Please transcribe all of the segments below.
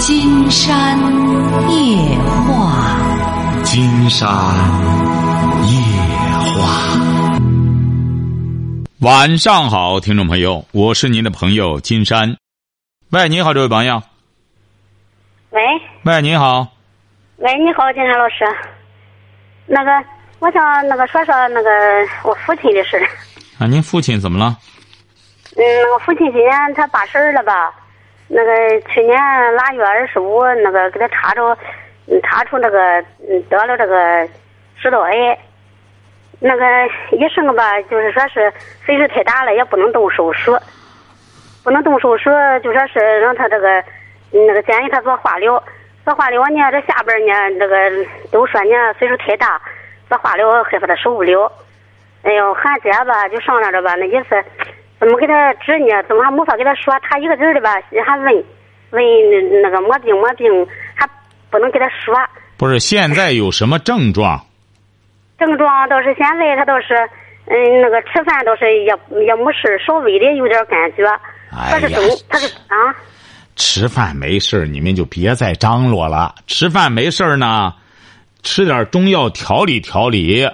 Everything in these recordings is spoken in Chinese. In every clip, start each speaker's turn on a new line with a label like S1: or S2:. S1: 金山夜话，
S2: 金山夜话。晚上好，听众朋友，我是您的朋友金山。喂，你好，这位朋友。
S3: 喂，
S2: 喂，你好。
S3: 喂，你好，金山老师。那个，我想那个说说那个我父亲的事儿。
S2: 啊，您父亲怎么了？
S3: 嗯，我父亲今年他八十了吧？那个去年腊月二十五，那个给他查着，嗯查出那个嗯得了这个食道癌。那个医生吧，就是说是岁数太大了，也不能动手术，不能动手术，就说是让他这个嗯那个建议他做化疗。做化疗呢，这下边呢，这个都说呢岁数太大，做化疗害怕他受不了。哎呦，俺姐吧就商量着吧，那意思。怎么给他治呢？怎么还没法给他说？他一个人的吧，还问问那个没病没病，还不能给他说。
S2: 不是现在有什么症状？
S3: 症状倒是现在他倒是，嗯，那个吃饭倒是也也没事，稍微的有点感觉。
S2: 哎
S3: 呀，他是啊。
S2: 吃饭没事你们就别再张罗了。吃饭没事呢，吃点中药调理调理，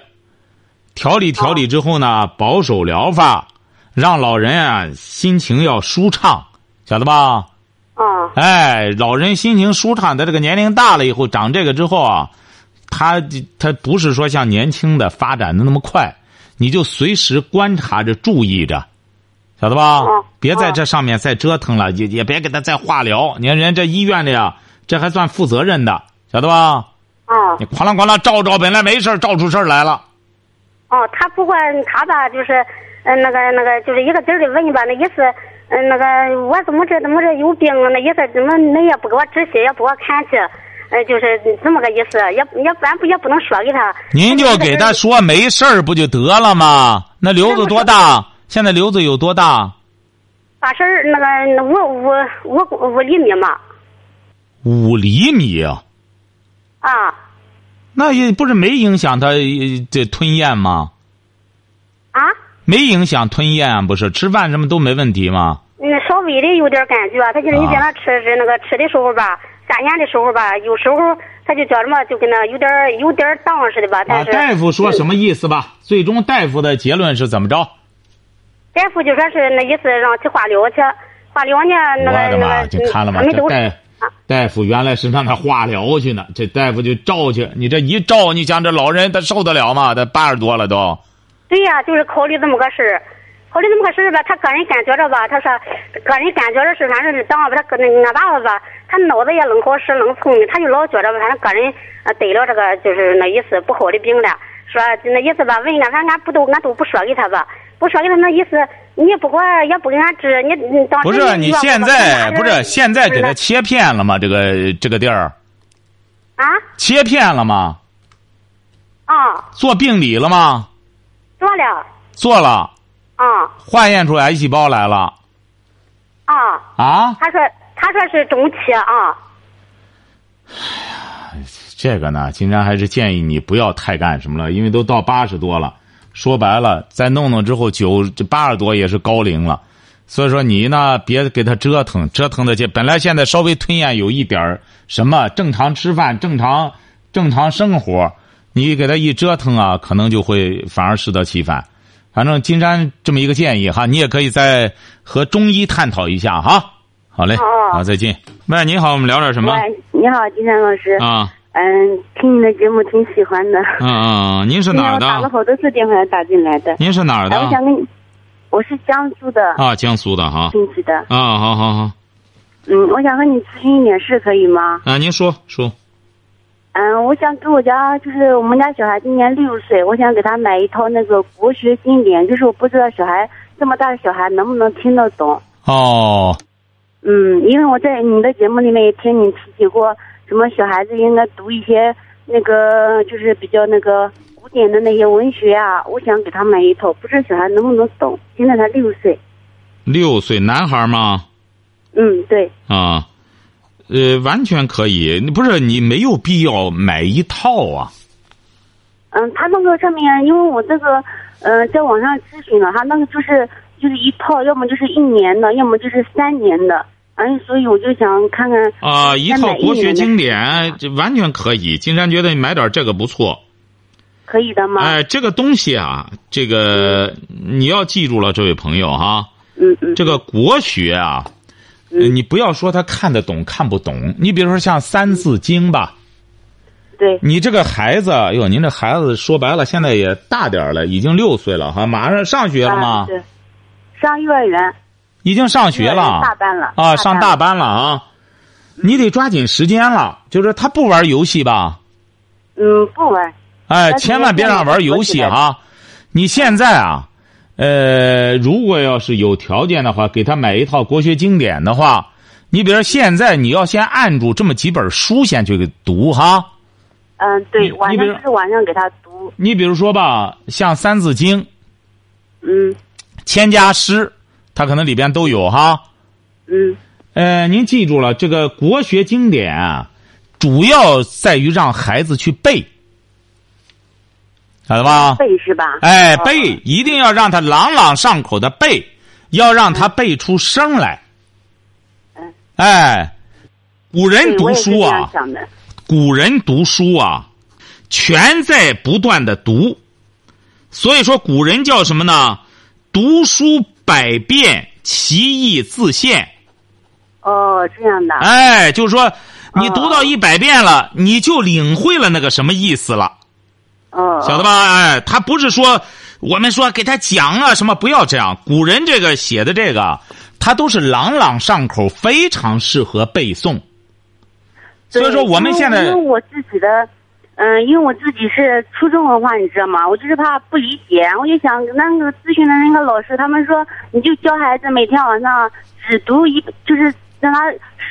S2: 调理调理之后呢，保守疗法。让老人啊心情要舒畅，晓得吧？
S3: 哦。
S2: 哎，老人心情舒畅，他这个年龄大了以后，长这个之后啊，他他不是说像年轻的发展的那么快，你就随时观察着、注意着，晓得吧？
S3: 哦。
S2: 别在这上面再折腾了，也也别给他再化疗。你看人这医院里啊，这还算负责任的，晓得吧？
S3: 哦。
S2: 你哐啷哐啷照照，本来没事照出事来了。
S3: 哦，他不管他吧，就是。嗯，那个那个就是一个劲儿的问吧，那意思，嗯，那个我怎么这怎么这有病啊？那意思怎么恁也不给我止血，也不给我看去，呃，就是这么个意思，也也咱不也不能说给他。
S2: 您就给他说没事儿不就得了吗？那瘤子多大？现在瘤子有多大？
S3: 八十那个五五五五厘米嘛。
S2: 五厘米啊。
S3: 啊。
S2: 那也不是没影响他呃这吞咽吗？
S3: 啊。
S2: 没影响吞咽，不是吃饭什么都没问题吗？
S3: 嗯，稍微的有点感觉，他
S2: 啊
S3: 就是你在那吃吃那个吃的时候吧，下咽的时候吧，有时候他就叫什么，就跟那有点有点荡似的吧。但是、
S2: 啊、大夫说什么意思吧？嗯、最终大夫的结论是怎么着？
S3: 大夫就说是那意思，让去化疗去，化疗呢那个
S2: 我的妈，就看了吗？这
S3: 啊
S2: 大大夫原来是让他化疗去呢，这大夫就照去，你这一照，你想这老人他受得了吗？他八十多了都。
S3: 对呀、啊，就是考虑这么个事儿，考虑这么个事儿吧。他个人感觉着吧，他说个人感觉着是，反正当吧，他个那爸爸吧，他脑子也愣好使，愣聪明，他就老觉着吧，反正个人呃得了这个就是那意思不好的病了，说那意思吧，问俺俺俺不都俺都不说给他吧，不说给他那意思，你也不管也不给俺治，你你当
S2: 不是你现在不是现在给他切片了吗？这个这个地儿
S3: 啊，
S2: 切片了吗？
S3: 啊，
S2: 做病理了吗？
S3: 做了，
S2: 做了，
S3: 啊、嗯，
S2: 化验出癌细胞来了，
S3: 啊、
S2: 嗯、啊，
S3: 他说他说是中期啊。
S2: 哎呀，这个呢，金山还是建议你不要太干什么了，因为都到八十多了，说白了，再弄弄之后九八十多也是高龄了，所以说你呢，别给他折腾，折腾的这本来现在稍微吞咽有一点什么，正常吃饭，正常正常生活。你给他一折腾啊，可能就会反而适得其反。反正金山这么一个建议哈，你也可以再和中医探讨一下哈。好嘞，好、哦，再见。喂，你好，我们聊点什么？
S4: 喂，你好，金山老师。
S2: 啊。
S4: 嗯，听你的节目挺喜欢的。
S2: 嗯嗯，您是哪儿的？
S4: 我打了好多次电话打进来的。哎
S2: 您是哪儿的？
S3: 哎
S4: 我想跟你，我是江苏的。
S2: 啊，江苏的哈。
S4: 亲戚的。
S2: 啊，好好好。
S4: 嗯，我想和你咨询一点事，可以吗？
S2: 啊，您说说。
S4: 嗯，我想给我家就是我们家小孩今年六岁，我想给他买一套那个国学经典，就是我不知道小孩这么大的小孩能不能听得懂。
S2: 哦。
S4: 嗯，因为我在你的节目里面也听你提起过，什么小孩子应该读一些那个就是比较那个古典的那些文学啊，我想给他买一套，不知道小孩能不能懂。现在他六岁。
S2: 六岁，男孩吗？
S4: 嗯，对。
S2: 啊。呃，完全可以，不是你没有必要买一套啊。
S4: 嗯，他那个上面，因为我这个，呃，在网上咨询了，他那个就是就是一套，要么就是一年的，要么就是三年的。
S5: 哎，所以我就想看看
S2: 啊、一
S5: 再
S2: 套
S5: 买一
S2: 国学
S5: 年的
S2: 经典这完全可以。金山觉得你买点这个不错。
S5: 可以的吗？
S2: 哎，这个东西啊，这个你要记住了，这位朋友哈、
S5: 嗯嗯，
S2: 这个国学啊，呃你不要说他看得懂看不懂。你比如说像《三字经》吧，
S5: 对，
S2: 你这个孩子，哎呦，您这孩子说白了，现在也大点儿了，已经六岁了哈，马上上学了
S5: 啊
S2: 吗？
S5: 对，上幼儿园，
S2: 已经上
S5: 幼
S2: 学
S5: 儿园
S2: 了，
S5: 大班了
S2: 啊，上大班
S5: 班
S2: 了啊，你得抓紧时间了。就是他不玩游戏吧？
S5: 嗯，不玩，
S2: 哎，
S5: 那
S2: 千万别让玩游戏
S5: 我
S2: 哈！你现在啊，呃，如果要是有条件的话，给他买一套国学经典的话，你比如说现在你要先按住这么几本书先去给读哈。
S5: 嗯，
S2: 你
S5: 对，晚
S2: 你
S5: 上
S2: 比如
S5: 就是晚上给他读，
S2: 你比如说吧，像《三字经》《
S5: 嗯
S2: 千家诗》，它可能里边都有哈。
S5: 嗯，
S2: 呃，您记住了，这个国学经典啊，主要在于让孩子去背，晓得吧？
S5: 背是吧？
S2: 哎，
S5: 哦
S2: 背一定要让他朗朗上口的背，要让他背出声来
S5: 嗯。
S2: 哎，古人
S5: 对我
S2: 读
S5: 也是
S2: 书
S5: 这样
S2: 啊，
S5: 想的，
S2: 古人读书啊，全在不断的读，所以说古人叫什么呢？读书百遍，其义自现。
S5: 哦，这样的，
S2: 哎，就是说
S5: 啊
S2: 你读到一百遍了，你就领会了那个什么意思了，
S5: 哦，
S2: 晓得吧？哎，他不是说我们说给他讲啊什么，不要这样。古人这个写的这个，他都是朗朗上口，非常适合背诵。
S5: 对
S2: 所以说我们
S5: 因为
S2: 现在
S5: 因为我自己的，嗯、因为我自己是初中文化，你知道吗？我就是怕不理解，我就想那个咨询的那个老师，他们说你就教孩子每天晚上只读一，就是让他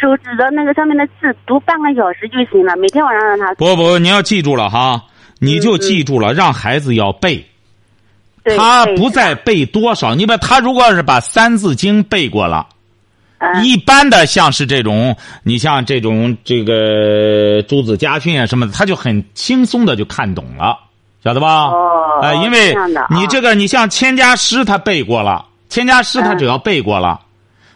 S5: 手指着那个上面的字读半个小时就行了，每天晚上让他
S2: 不不，你要记住了哈，你就记住了，让孩子要背。
S5: 对
S2: 他
S5: 对
S2: 不在背多少，你把他如果是把《三字经》背过了。
S5: 嗯
S2: 一般的像是这种，你像这种这个朱子家训啊什么的，他就很轻松的就看懂了，晓得吧？
S5: 哦
S2: 哎，因为
S5: 这样的啊
S2: 你这个，你像《千家诗》，他背过了，《千家诗》他只要背过了，
S5: 嗯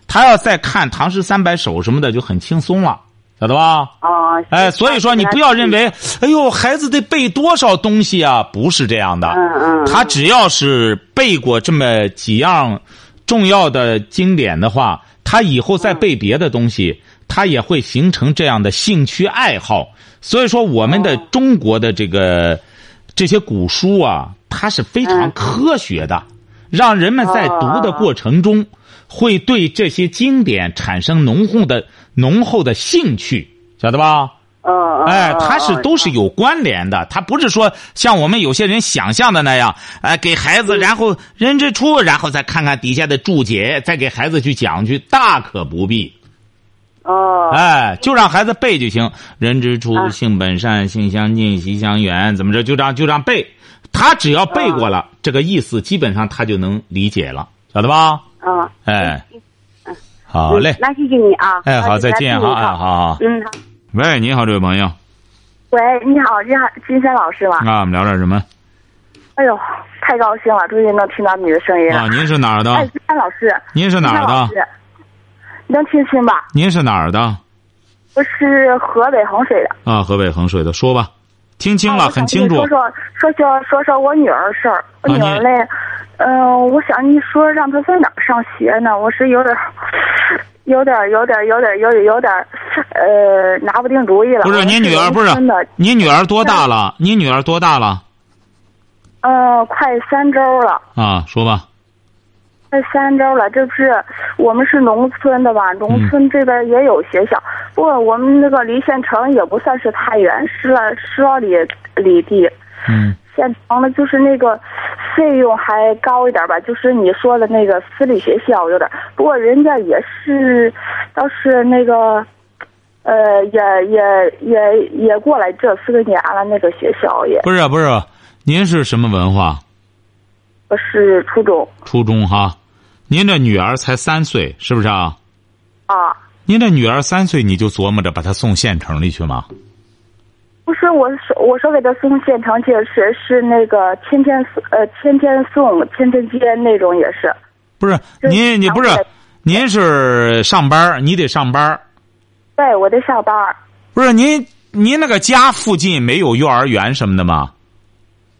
S2: 他要再看《唐诗三百首》什么的，就很轻松了，晓得吧？
S5: 哦，
S2: 哎，所以说你不要认为，哎呦，孩子得背多少东西啊？不是这样的，
S5: 嗯嗯，
S2: 他只要是背过这么几样重要的经典的话，他以后再背别的东西，他也会形成这样的兴趣爱好。所以说，我们的
S5: 哦
S2: 中国的这个这些古书啊，它是非常
S5: 嗯
S2: 科学的，让人们在读的过程中，会对这些经典产生浓厚的浓厚的兴趣，晓得吧？
S5: 哦哦，
S2: 哎，
S5: 哦
S2: 它是
S5: 哦
S2: 都是有关联的，它不是说像我们有些人想象的那样，哎，给孩
S5: 嗯
S2: 子然后认知出，然后再看看底下的注解，再给孩子去讲去，大可不必。
S5: 哦，
S2: 哎，就让孩子背就行。人之初，
S5: 啊
S2: 性本善，性相近，习相远，怎么着？就这样，就这样背。他只要背过
S5: 啊
S2: 了这个意思，基本上他就能理解了，晓得吧？
S5: 哦，
S2: 哎
S5: 嗯，
S2: 好嘞
S5: 嗯，那谢谢你啊，
S2: 哎，好，
S5: 好
S2: 再见哈，哎，好，好。
S5: 嗯，好
S2: 喂，你好，这位朋友，
S5: 啊
S3: 喂，你好，金金山老师吧？
S2: 啊，我们聊点什么？
S3: 哎呦，太高兴了，终于能听到你的声音了。
S2: 啊，您是哪儿的？
S3: 哎，金山老师，
S2: 您是哪儿
S3: 金山老
S2: 的？
S3: 师？能听清吧？
S2: 您是哪儿的？
S3: 我是河北衡水的。
S2: 啊，河北衡水的，说吧，听清了，
S3: 啊我
S2: 很
S3: 想
S2: 清
S3: 跟你
S2: 楚
S3: 说。说说说说说我女儿事儿，我
S2: 啊
S3: 女儿
S2: 你
S3: 嘞，嗯、我想你说让她在哪儿上学呢？我是有点儿，有点儿，有点儿，有点儿，有点儿，有点儿，呃，拿不定主意了。
S2: 不是
S3: 我
S2: 您女儿，不是
S3: 真的，
S2: 您女儿多大了？您女儿多大了？
S3: 嗯、快三周了。
S2: 啊，说吧。
S3: 在三周了，这不是我们是农村的吧？农
S2: 嗯
S3: 村这边也有学校，不过我们那个离县城也不算是太远，十来十多里里地。
S2: 嗯，
S3: 县城了就是那个费用还高一点吧，就是你说的那个私立学校有点，不过人家也是倒是那个。呃，也也也也过来这四个年了，那个学校也
S2: 不是不是，您是什么文化？
S3: 是初中
S2: 初中哈？您这女儿才三岁，是不是啊？
S3: 啊。
S2: 您这女儿三岁，你就琢磨着把她送县城里去吗？
S3: 不是，我说我说给他送县城去是是那个天天送呃天天送天天接那种也是，
S2: 不是
S3: 这
S2: 您，你
S3: 常
S2: 不是
S3: 规的
S2: 您是上班儿，你得上班儿，
S3: 对，我在上班儿。
S2: 不是您您那个家附近没有幼儿园什么的吗？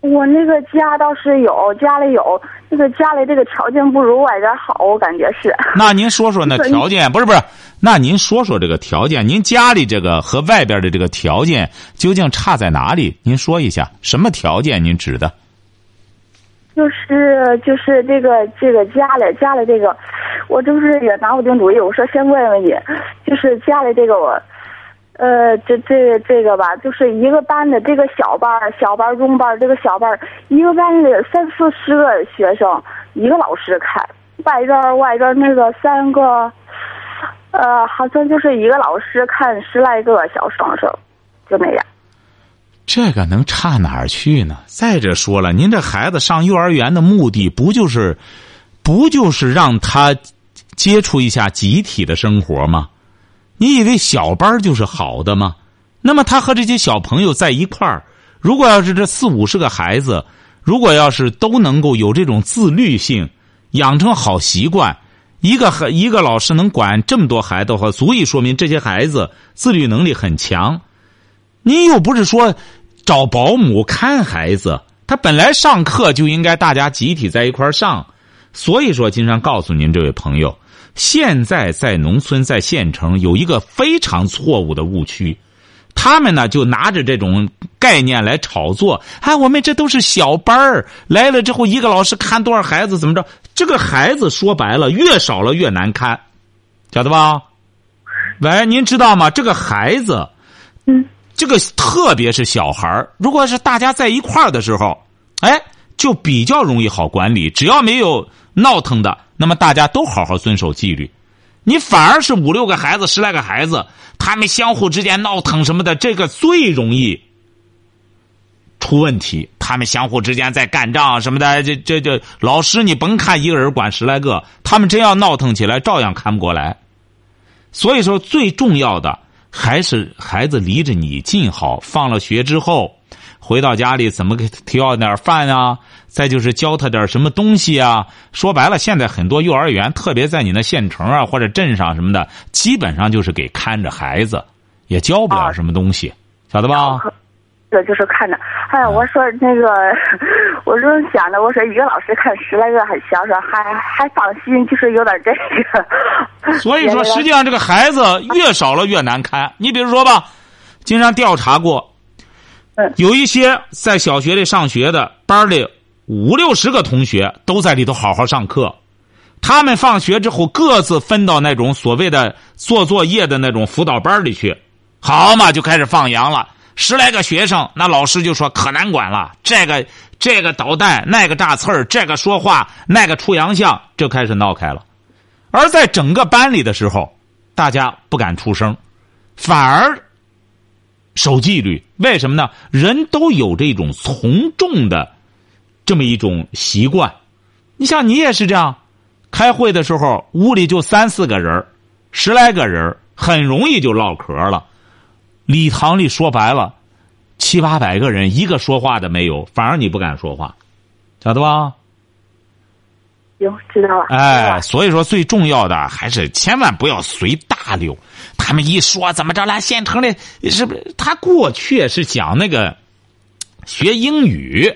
S3: 我那个家倒是有，家里有，那个家里这个条件不如外边好，我感觉是。
S2: 那您说说那
S3: 不是
S2: 条件，不是不是？那您说说这个条件，您家里这个和外边的这个条件究竟差在哪里？您说一下，什么条件您指的？
S3: 就是就是这个这个家里家里这个，我就是也拿不定主意。我说先问问你，就是家里这个我，呃，这这这个吧，就是一个班的这个小班儿、小班儿、中班儿，这个小班儿，一个班里三四十个学生，一个老师开，外边儿外边儿那个三个，呃，好像就是一个老师看十来个小生生，就那样。
S2: 这个能差哪儿去呢？再者说了，您这孩子上幼儿园的目的不就是，不就是让他接触一下集体的生活吗？你以为小班儿就是好的吗？那么他和这些小朋友在一块儿，如果要是这四五十个孩子，如果要是都能够有这种自律性，养成好习惯，一个孩一个老师能管这么多孩子的话，足以说明这些孩子自律能力很强。您又不是说找保姆看孩子，他本来上课就应该大家集体在一块儿上。所以说，金山告诉您这位朋友，现在在农村、在县城有一个非常错误的误区，他们呢就拿着这种概念来炒作。哎，我们这都是小班儿，来了之后一个老师看多少孩子，怎么着？这个孩子说白了，越少了越难看，晓得吧？喂，您知道吗？这个孩子，这个特别是小孩儿，如果是大家在一块儿的时候，哎，就比较容易好管理。只要没有闹腾的，那么大家都好好遵守纪律。你反而是五六个孩子、十来个孩子，他们相互之间闹腾什么的，这个最容易出问题。他们相互之间在干仗啊什么的，这这这，老师你甭看一个人管十来个，他们真要闹腾起来，照样看不过来。所以说，最重要的还是孩子离着你近好。放了学之后，回到家里怎么给他挑点饭啊？再就是教他点什么东西啊？说白了，现在很多幼儿园，特别在你那县城啊或者镇上什么的，基本上就是给看着孩子，也教不了什么东西，晓得吧？
S3: 这就是看着，哎呀，我
S2: 嗯
S3: 说那个， 我就想着，我说一个老师看十来个很小，说还还放心，就是有点这个。
S2: 所 以说，实际上这个孩子越少了越难堪。你比如说吧，经常调查过
S3: 嗯，
S2: 有一些在小学里上学的班里五六十个同学都在里头好好上课，他们放学之后各自分到那种所谓的做作业的那种辅导班里去，好嘛，就开始放羊了。十来个学生，那老师就说可难管了，这个这个捣蛋，那个炸刺儿，这个说话，那个出洋相，就开始闹开了。而在整个班里的时候，大家不敢出声，反而守纪律。为什么呢？人都有这种从众的这么一种习惯。你像你也是这样，开会的时候屋里就三四个人儿十来个人儿很容易就唠嗑了。礼堂里说白了，七八百个人，一个说话的没有，反而你不敢说话，晓得吧？
S3: 行，知道了。
S2: 哎，所以说最重要的还是千万不要随大流。他们一说怎么着了，县城里是不是？他过去是讲那个学英语，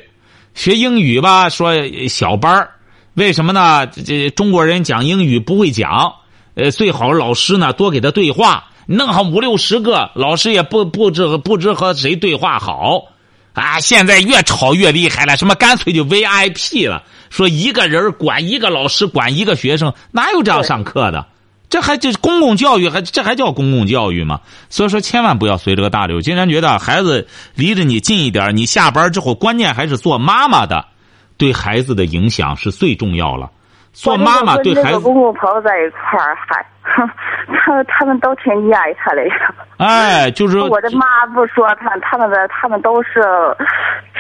S2: 学英语吧，说小班儿，为什么呢？这这中国人讲英语不会讲，呃，最好老师呢多给他对话，弄好五六十个，老师也不不知不知和谁对话好。啊，现在越吵越厉害了，什么干脆就 VIP 了，说一个人管一个老师管一个学生，哪有这样上课的？这还就是公共教育，还这还叫公共教育吗？所以说，千万不要随这个大流。经常觉得孩子离着你近一点，你下班之后，关键还是做妈妈的，对孩子的影响是最重要了。做妈妈对孩子
S3: 我跟那个公公婆婆在一块儿，嗨，哼他们他们都挺爱他的呀。
S2: 哎，就是 说
S3: 我的妈不说他，他们的他们都是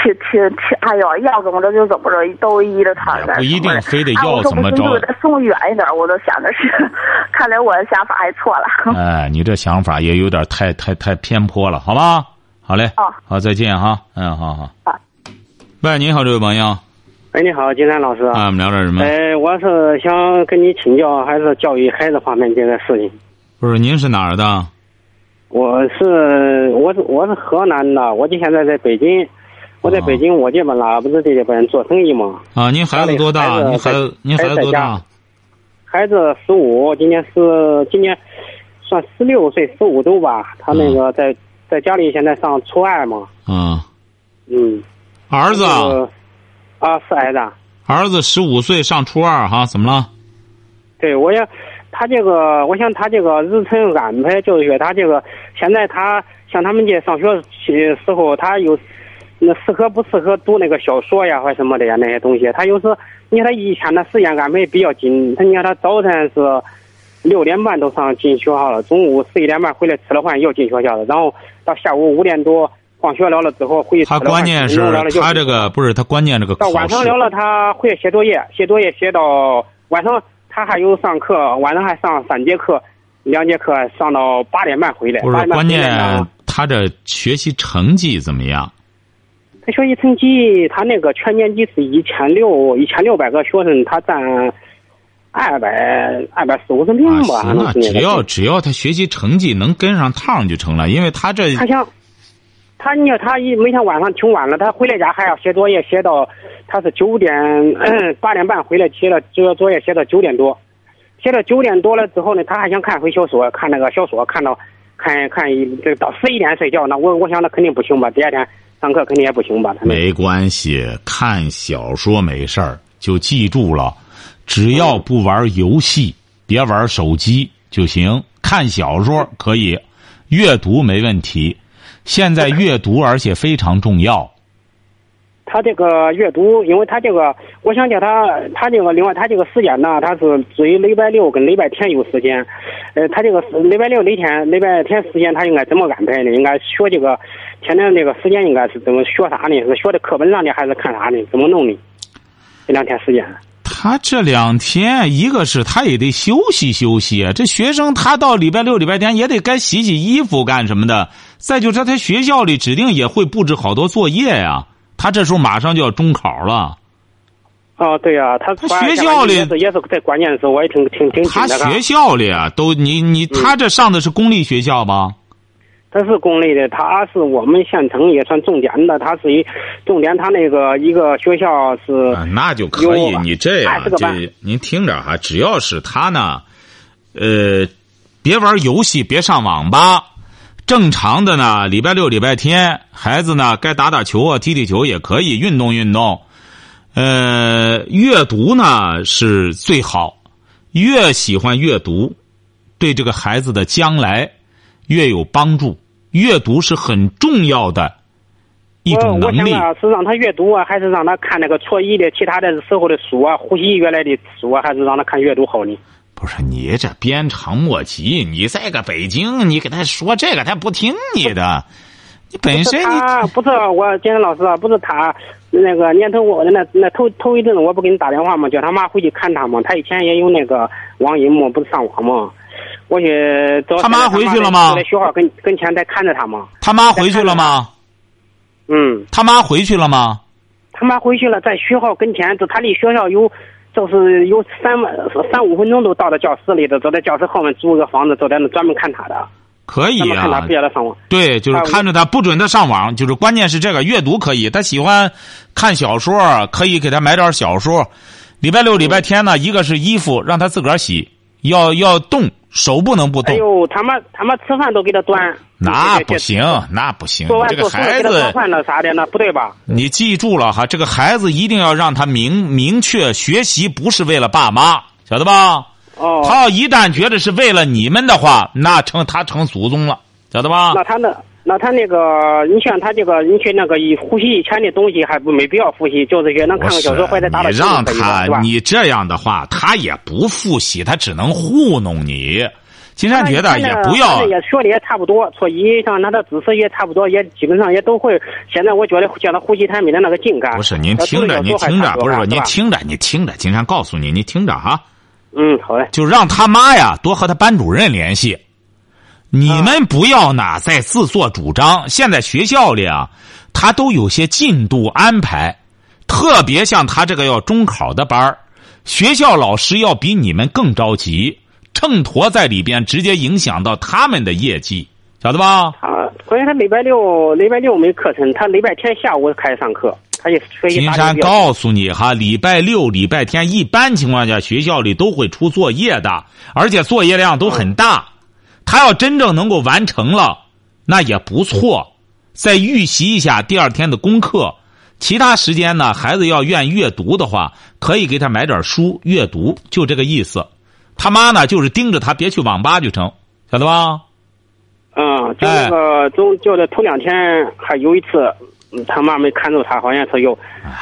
S3: 挺挺挺，哎呦，要怎么着就怎么着，都依着他
S2: 也
S3: 的。
S2: 哎不一定非得要怎么着
S3: 哎我说不行就给他送远一点，我都想的是， 看来我的想法还错了。
S2: 哎，你这想法也有点太太太偏颇了，好吧？好嘞，
S3: 哦
S2: 好，再见哈，嗯，好好
S3: 好。
S2: 喂，你好，这位朋友，
S6: 哎，你好，金山老师。
S2: 啊，我们聊点什么？
S6: 哎，我是想跟你请教，还是教育孩子方面这个事情。
S2: 不是，您是哪儿的？
S6: 我是我是我是河南的，我就现在在北京。我在北京，我这边拉不是这边做生意嘛。
S2: 啊，您孩子多大？您孩子您孩子多大？
S6: 孩子十五，今年是今年算十六岁，十五周吧。他那
S2: 嗯
S6: 个在、在家里现在上初二嘛。
S2: 啊，
S6: 嗯。
S2: 儿子啊，
S6: 就是啊，是儿子。
S2: 儿子十五岁上初二哈，怎么了？
S6: 对，我要他这个，我想他这个日程安排，就是说他这个现在他像他们这上学去时候，他有那适合不适合读那个小说呀，或什么的呀那些东西。他有时你看他以前的时间安排比较紧，他你看他早晨是六点半都上进学校了，中午十一点半回来吃了饭又进学校了，然后到下午五点多放学了了之后回去吃
S2: 他
S6: 了饭
S2: 关键
S6: 弄
S2: 是
S6: 完了又
S2: 他这个不是他关键这个
S6: 到
S2: 考
S6: 晚上
S2: 试
S6: 聊了，他会写作业，写作业写到晚上，他还有上课，晚上还上三节课，两节课上到八点半回来。
S2: 不
S6: 八
S2: 是
S6: 点半
S2: 关
S6: 回来呢
S2: 键，他这学习成绩怎么样？啊
S6: 他学习成绩，他那个全年级是一千六，一千六百个学生，他占二百二百四五十名
S2: 啊，
S6: 吧，
S2: 行啊，
S6: 好像是那
S2: 只
S6: 个
S2: 要只要他学习成绩能跟上趟就成了，因为他这
S6: 他想，他你看他一每天晚上挺晚了，他回来家还要写作业，写到他是九点 八点半回来写了这个作业写到九点多，写到九点多了之后呢，他还想看回小说，看那个小说看到看看一这到十一点睡觉，那我我想那肯定不行吧，第二天上课肯定也不行吧，他那
S2: 没关系，看小说没事儿，就记住了，只要不玩游戏，别玩手机就行。看小说可以，阅读没问题。现在阅读而且非常重要，
S6: 他这个阅读，因为他这个，我想叫他，他这个另外他这个时间呢，他是属于礼拜六跟礼拜天有时间，呃，他这个是礼拜六那天礼拜天时间他应该怎么安排呢？应该学这个天天这个时间应该是怎么学啥呢？是学的课本上的还是看啥呢？怎么弄呢？这两天时间，
S2: 他这两天，一个是他也得休息休息，啊这学生他到礼拜六、礼拜天也得该洗洗衣服干什么的。再就这，他学校里指定也会布置好多作业呀、他这时候马上就要中考了，
S6: 哦，对呀、他
S2: 他学校里
S6: 也是也是在关键的时候，我也挺挺挺紧
S2: 他
S6: 的。
S2: 学校里啊，都你你他这上的是公立学校吧？
S6: 他是公立的，他是我们县城也算重点的，他是一重点，他那个一个学校是。
S2: 啊那就
S6: 可以有你这样哎这个吧这
S2: 您听着哈、只要是他呢，呃，别玩游戏，别上网吧。正常的呢，礼拜六、礼拜天，孩子呢该打打球啊、踢踢球也可以，运动运动。呃，阅读呢是最好，越喜欢阅读，对这个孩子的将来越有帮助。阅读是很重要的一
S6: 我
S2: 种
S6: 我
S2: 能
S6: 想
S2: 力。
S6: 啊，是让他阅读啊，还是让他看那个错译的其他的时候的书啊，呼吸原来的书啊，还是让他看阅读好呢？
S2: 不是你这鞭长莫及，你在个北京，你给他说这个，他不听你的。你本身你
S6: 他不是我，金山老师啊，不是他那个年头我那那头头一阵子我不给你打电话吗？叫他妈回去看他吗？他以前也有那个网瘾嘛，不是上网嘛。我去找
S2: 他妈回去了吗
S6: 在学校跟跟前在看着他嘛。
S2: 他妈回去了吗？
S6: 嗯，
S2: 他妈回去了吗？
S6: 他妈回去了，在学校跟前，就他离学校有，就是有三三五分钟都到了教室里头，走在教室后面租个房子，走在那专门看他的，
S2: 可以
S6: 专门看他
S2: 啊
S6: 毕，业了上网。
S2: 对，就是
S6: 啊我
S2: 看着他，不准他上网，就是关键是这个阅读可以，他喜欢看小说，可以给他买点小说。礼拜六、礼拜天呢，一个是衣服让他自个儿洗，要要动，手不能不动。
S6: 哎呦，他妈他妈吃饭都给他端，
S2: 那
S6: 这
S2: 不，行，那不
S6: 这
S2: 行，
S6: 做
S2: 你
S6: 完
S2: 这个
S6: 做出来
S2: 孩
S6: 给他做
S2: 子。
S6: 饭了啥的，那不对吧？
S2: 你记住了哈，这个孩子一定要让他明明确，学习不是为了爸妈，晓得吧？
S6: 哦，
S2: 他要一旦觉得是为了你们的话，那成他成祖宗了，晓得吧？
S6: 那他那那他那个，你像他这个，你去那个以呼吸以前的东西还不没必要复习，就是也能看
S2: 不是
S6: 个小说或者打打
S2: 你
S6: 球
S2: 让
S6: 就可以了
S2: 他
S6: 是吧？
S2: 你这样的话，他也不复习，他只能糊弄你。金山觉得也不要
S6: 反正也学的也差不多，错一上他的知识也差不多，也基本上也都会。现在我觉得像他呼吸产品的那个劲感，
S2: 不是您
S6: 呃
S2: 听着，您听着，不是
S6: 啊
S2: 说您，听着，你听着，金山告诉你，您听着哈、
S6: 多少也多还差不多吧嗯，好嘞，
S2: 就让他妈呀多和他班主任联系。你们不要呢再自作主张。现在学校里啊，他都有些进度安排，特别像他这个要中考的班儿，学校老师要比你们更着急，秤砣在里边直接影响到他们的业绩，晓得吧？
S6: 啊，关键他礼拜六礼拜六没课程，他礼拜天下午开始上课，他也所以
S2: 金
S6: 打
S2: 山
S6: 点
S2: 告诉你哈，礼拜六、礼拜天一般情况下学校里都会出作业的，而且作业量都很大。他要真正能够完成了，那也不错。再预习一下第二天的功课，其他时间呢，孩子要愿意阅读的话，可以给他买点书阅读，就这个意思。他妈呢，就是盯着他别去网吧就成，晓得吧？
S6: 嗯，就
S2: 哎
S6: 那个中就是头两天还有一次，嗯他妈没看住他，好像是又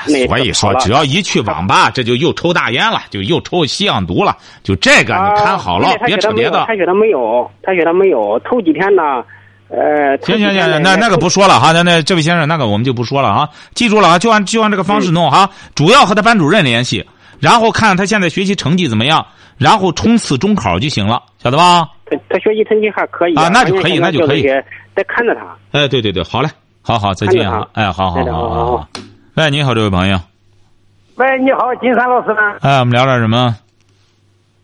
S6: 那
S2: 哎所以说，只要一去网吧，这就又抽大烟了，就又抽吸氧毒了，就这个你看好了，别扯别的。
S6: 啊哦他觉得没有，他觉得没有。头几天呢，呃，头
S2: 行
S6: 几
S2: 行行，
S6: 天
S2: 行
S6: 呢
S2: 那那个不说了哈，那那这位先生，那个我们就不说了哈，记住了啊，就按就按这个
S6: 嗯
S2: 方式弄哈，主要和他班主任联系，然后看他现在学习成绩怎么样，然后冲刺中考就行了，晓得吧？
S6: 他他学习成绩还可以
S2: 啊那就可以那就可以，
S6: 关键现在是得看着他。
S2: 哎，对对对，好嘞，好好，再见啊，哎，好好好好好。喂，你好，这位朋友，
S7: 喂，你好，金山老师吗？
S2: 哎，我们聊点什么？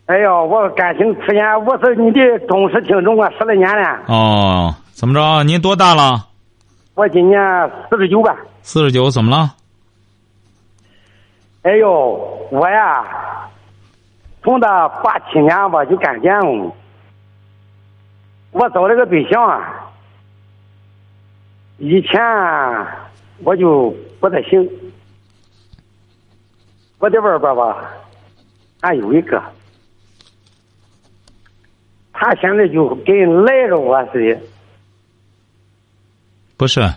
S7: 哎呦，我感情出现，我是你的忠实听众啊，十来年了，
S2: 哦，怎么着？您多大了？
S7: 我今年四十九吧。
S2: 四十九，怎么了？
S7: 哎呦，我呀，从他八七年吧就干电工，我找了个对象啊，以前啊我就不太行，我在外边吧，俺有一个，他现在就跟赖着我似的。
S2: 不是，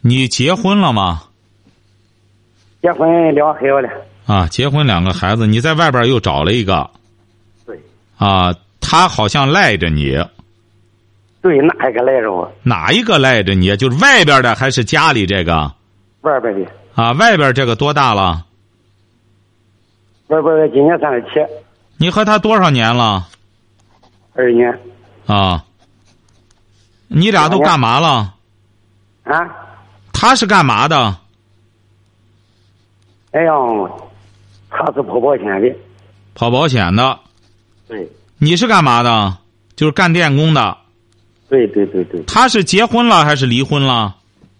S2: 你结婚了吗？
S7: 结婚两个孩子了，
S2: 啊，结婚两个孩子，你在外边又找了一个。
S7: 对。
S2: 啊，他好像赖着你，
S7: 对，哪一个赖着我？
S2: 哪一个赖着你？就是外边的还是家里这个？
S7: 外边的，
S2: 啊，外边这个多大了？
S7: 外边的今年三十七，
S2: 你和他多少年了？
S7: 二年
S2: 啊，你俩都干嘛了？
S7: 啊，
S2: 他是干嘛的？
S7: 哎呀，他是跑保险的，
S2: 跑保险的。
S7: 对，
S2: 你是干嘛的？就是干电工的。
S7: 对对对对，
S2: 他是结婚了还是离婚了？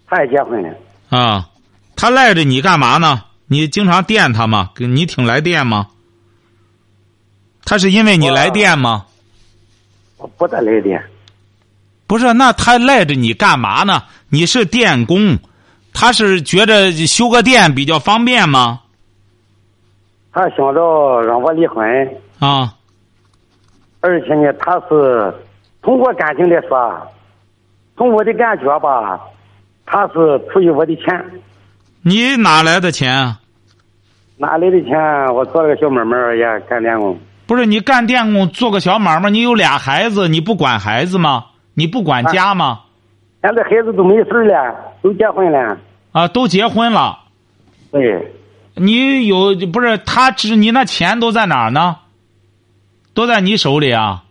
S7: 他也结婚了，
S2: 啊，他赖着你干嘛呢？你经常电他吗？跟你挺来电吗？他是因为你来电吗？
S7: 我不得来的，
S2: 不是，那他赖着你干嘛呢？你是电工，他是觉着修个电比较方便吗？
S7: 他想着让我离婚，
S2: 啊，
S7: 而且呢，他是通过感情来说，从我的感觉吧，他是出于我的钱，
S2: 你哪来的钱啊？
S7: 哪来的钱？我做了个小买卖儿也干电工，
S2: 不是你干电工做个小买卖，你有俩孩子，你不管孩子吗？你不管家吗？
S7: 现在孩子都没事儿了，都结婚了，
S2: 啊，都结婚了，
S7: 对。
S2: 你有不是他只你那钱都在哪儿呢？都在你手里啊？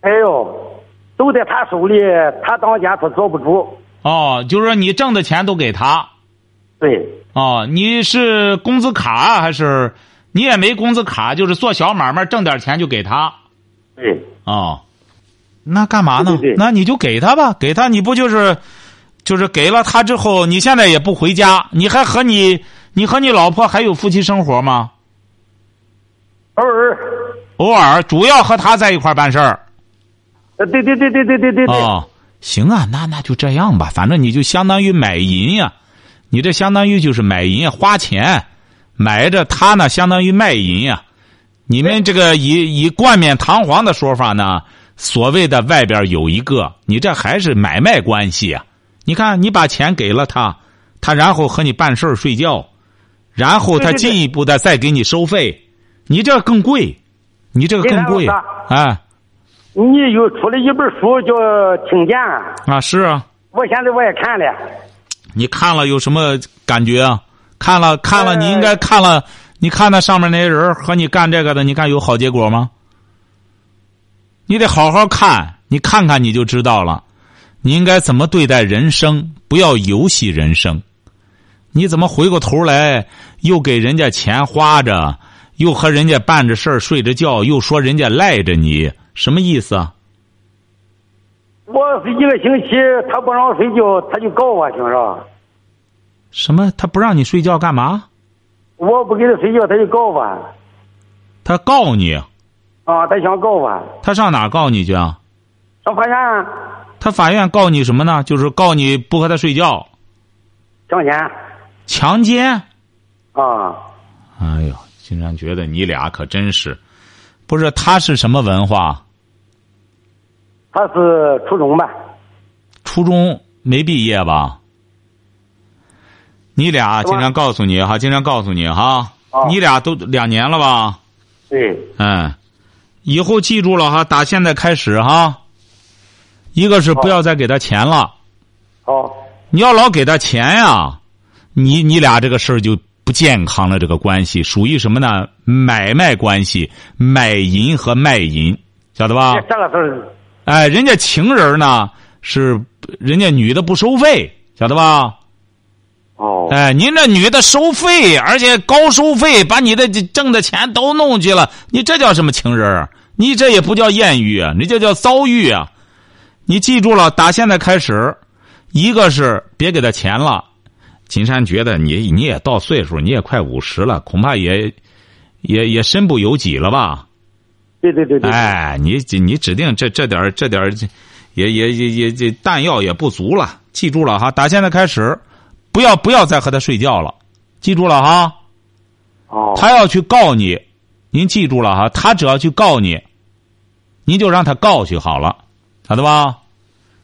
S7: 哎呦，都在他手里，他当家他坐不住。
S2: 哦，就是说你挣的钱都给他。
S7: 对，
S2: 哦，你是工资卡啊还是你也没工资卡？就是做小买卖挣点钱就给他。
S7: 对，
S2: 哦，那干嘛呢？
S7: 对对对
S2: 那你就给他吧，给他你不就是就是给了他之后，你现在也不回家，你还和你你和你老婆还有夫妻生活吗？
S7: 偶尔，
S2: 偶尔，主要和他在一块儿办事儿。
S7: 呃，对对对对对对对对，
S2: 哦，行啊，那那就这样吧，反正你就相当于买淫呀、你这相当于就是买淫呀、花钱买着它呢，相当于卖淫呀、你们这个以以冠冕堂皇的说法呢，所谓的外边有一个，你这还是买卖关系呀、你看，你把钱给了他，他然后和你办事儿睡觉，然后他
S7: 对对对
S2: 进一步的再给你收费，你这更贵，你这个
S7: 给
S2: 更
S7: 他
S2: 贵
S7: 老大
S2: 啊、哎
S7: 你有出了一本书叫《听见》，
S2: 啊！是啊。
S7: 我现在我也看了，
S2: 你看了有什么感觉啊？看了看了，
S7: 呃
S2: 你应该看了，你看那上面那些人和你干这个的，你看有好结果吗？你得好好看，你看看你就知道了，你应该怎么对待人生，不要游戏人生。你怎么回过头来又给人家钱花着，又和人家办着事儿睡着觉，又说人家赖着你，什么意思啊？
S7: 我一个星期他不让我睡觉，他就告我，听着。
S2: 什么？他不让你睡觉干嘛？
S7: 我不给他睡觉，他就告我。
S2: 他告你，
S7: 啊，他想告我。
S2: 他上哪儿告你去啊？
S7: 上法院
S2: 他法院告你什么呢？就是告你不和他睡觉，
S7: 挣钱
S2: 强奸。
S7: 啊，
S2: 哎呦，竟然觉得你俩可真是，不是他是什么文化？
S7: 他是初中吧？
S2: 初中没毕业吧？你俩经常告诉你哈，经常告诉你哈，
S7: 哦
S2: 你俩都两年了吧？
S7: 对，
S2: 嗯，以后记住了哈，打现在开始哈，一个是不要再给他钱了，
S7: 好，
S2: 你要老给他钱呀、你你俩这个事儿就不健康了，这个关系属于什么呢？买卖关系，买淫和卖淫，晓得吧？
S7: 这这个事儿，
S2: 哎，人家情人呢是人家女的不收费，晓得吧？
S7: 哦，
S2: 哎，您这女的收费，而且高收费，把你的这挣的钱都弄去了，你这叫什么情人儿？啊你这也不叫艳遇啊，你这叫遭遇啊！你记住了，打现在开始，一个是别给他钱了。金山觉得你你也到岁数，你也快五十了，恐怕也也也身不由己了吧？
S7: 对对对对，
S2: 哎，你你指定这这点儿这点儿，也也也也这弹药也不足了。记住了哈，打现在开始，不要不要再和他睡觉了。记住了哈，
S7: 哦，
S2: 他要去告你，您记住了哈，他只要去告你，您就让他告去好了，晓得吧？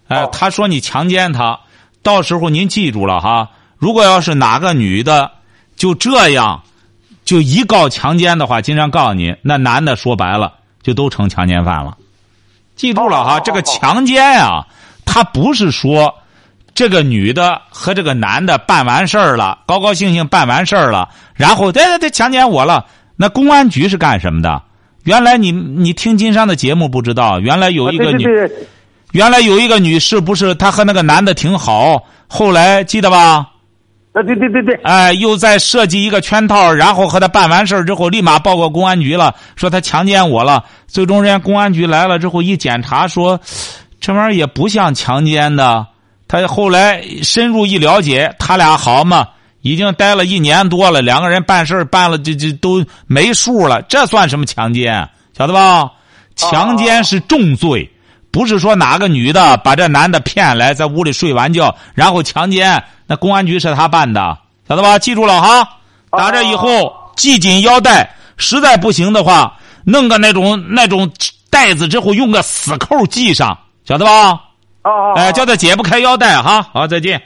S2: 哎
S7: 哦，
S2: 他说你强奸他，到时候您记住了哈，如果要是哪个女的就这样，就一告强奸的话，经常告你，那男的说白了就都成强奸犯了。记住了哈，
S7: 哦
S2: 这
S7: 哦
S2: 个
S7: 哦
S2: 强奸啊，他不是说这个女的和这个男的办完事儿了，高高兴兴办完事儿了，然后哎，他强奸我了。那公安局是干什么的？原来你你听金山的节目不知道，原来有
S7: 啊
S2: 一个
S7: 对
S2: 女，
S7: 对对，
S2: 原来有一个女士，不是她和那个男的挺好，后来记得吧？
S7: 啊对对对对，
S2: 哎，又在设计一个圈套，然后和他办完事儿之后，立马报告公安局了，说他强奸我了。最终人家公安局来了之后一检查说，这玩意儿也不像强奸的。他后来深入一了解，他俩好嘛，已经待了一年多了，两个人办事儿办了这这都没数了，这算什么强奸？啊晓得吧？强奸是重罪。不是说哪个女的把这男的骗来，在屋里睡完觉，然后强奸，那公安局是他办的，晓得吧？记住了哈，打这以后系紧腰带，实在不行的话，弄个那种那种带子之后，用个死扣系上，晓得吧？
S7: 哦，
S2: 哎，叫他解不开腰带哈。好，再见。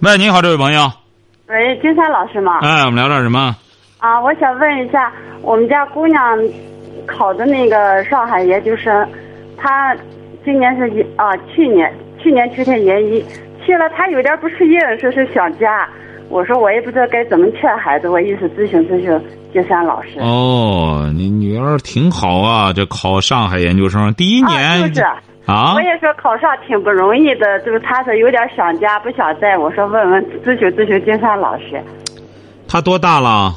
S2: 喂，你好，这位朋
S5: 啊
S2: 友，
S5: 喂，金山老师吗？
S2: 哎，我们聊点什么？
S5: 啊，我想问一下，我们家姑娘考的那个上海研究生，她今年是一啊，去年去年去的研一，去了她有点不适应，说是想家。我说我也不知道该怎么劝孩子，我意思咨询咨询金山老师。
S2: 哦，你女儿挺好啊，这考上海研究生第一
S5: 啊，
S2: 年
S5: 就是，
S2: 啊
S5: 我也说考上挺不容易的，就是她说有点想家，不想在。我说问问咨询咨询金山老师，
S2: 她多大了？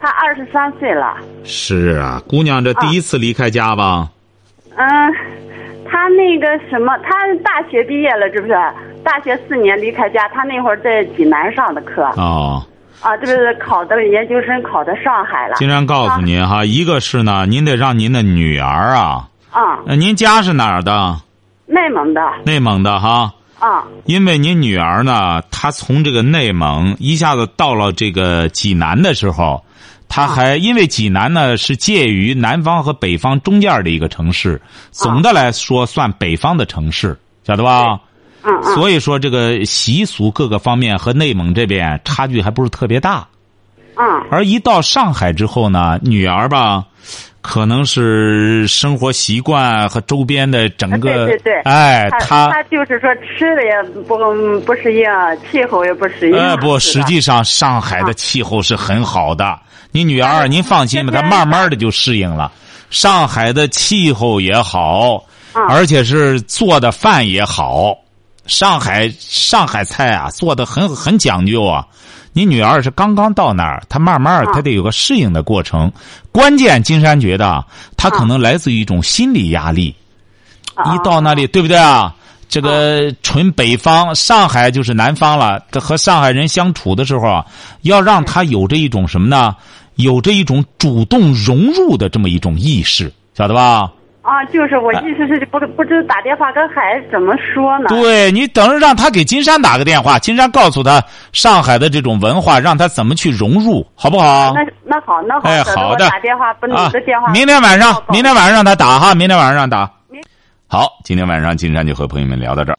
S5: 她二十三岁了。
S2: 是啊，姑娘这第一次离开家吧？
S5: 嗯，他那个什么，他大学毕业了，是不是？大学四年离开家，他那会儿在济南上的课
S2: 哦，
S5: 啊，这不是考的研究生，考的上海了。
S2: 金山告诉您哈，一个是呢，您得让您的女儿啊，
S5: 啊，
S2: 呃您家是哪儿的？
S5: 内蒙的
S2: 内蒙的哈，
S5: 啊，
S2: 因为您女儿呢，她从这个内蒙一下子到了这个济南的时候，她还因为济南呢是介于南方和北方中间的一个城
S5: 啊
S2: 市，总的来说算北方的城市，晓得吧？
S5: 嗯嗯，
S2: 所以说这个习俗各个方面和内蒙这边差距还不是特别大。
S5: 嗯
S2: 而一到上海之后呢，女儿吧，可能是生活习惯和周边的整个，
S5: 对对对
S2: 哎，
S5: 他他就是说吃的也不不适应，气候也不适应。
S2: 呃不，
S5: 是
S2: 实
S5: 吧
S2: 际上上海的气候是很好的。你女儿，您放心吧，
S5: 这
S2: 她
S5: 边
S2: 慢慢的就适应了。上
S5: 啊
S2: 海的气候也好，而且是做的饭也好，上海上海菜啊，做的很很讲究啊。你女儿是刚刚到那儿，她慢慢儿
S5: 啊
S2: 她得有个适应的过程。关键，金山觉得啊她可能来自于一种心理压力。
S8: 啊
S2: 一到那里，对不对啊？这个纯北方，上海就是南方了。这和上海人相处的时候啊，要让她有这一种什么呢？有这一种主动融入的这么一种意识，晓得吧？
S8: 啊，就是我
S2: 哎
S8: 意思是不不知打电话跟孩子怎么说呢？
S2: 对你等着让他给金山打个电话，金山告诉他上海的这种文化，让他怎么去融入，好不好？
S8: 那那好，那好，
S2: 啊
S8: 等
S2: 哎
S8: 着
S2: 好
S8: 我
S2: 的
S8: 打电话，不你
S2: 啊
S8: 的电话。，
S2: 明天晚上
S8: 报，告
S2: 明天晚上让他打哈，明天晚上让他打。好，今天晚上金山就和朋友们聊到这儿。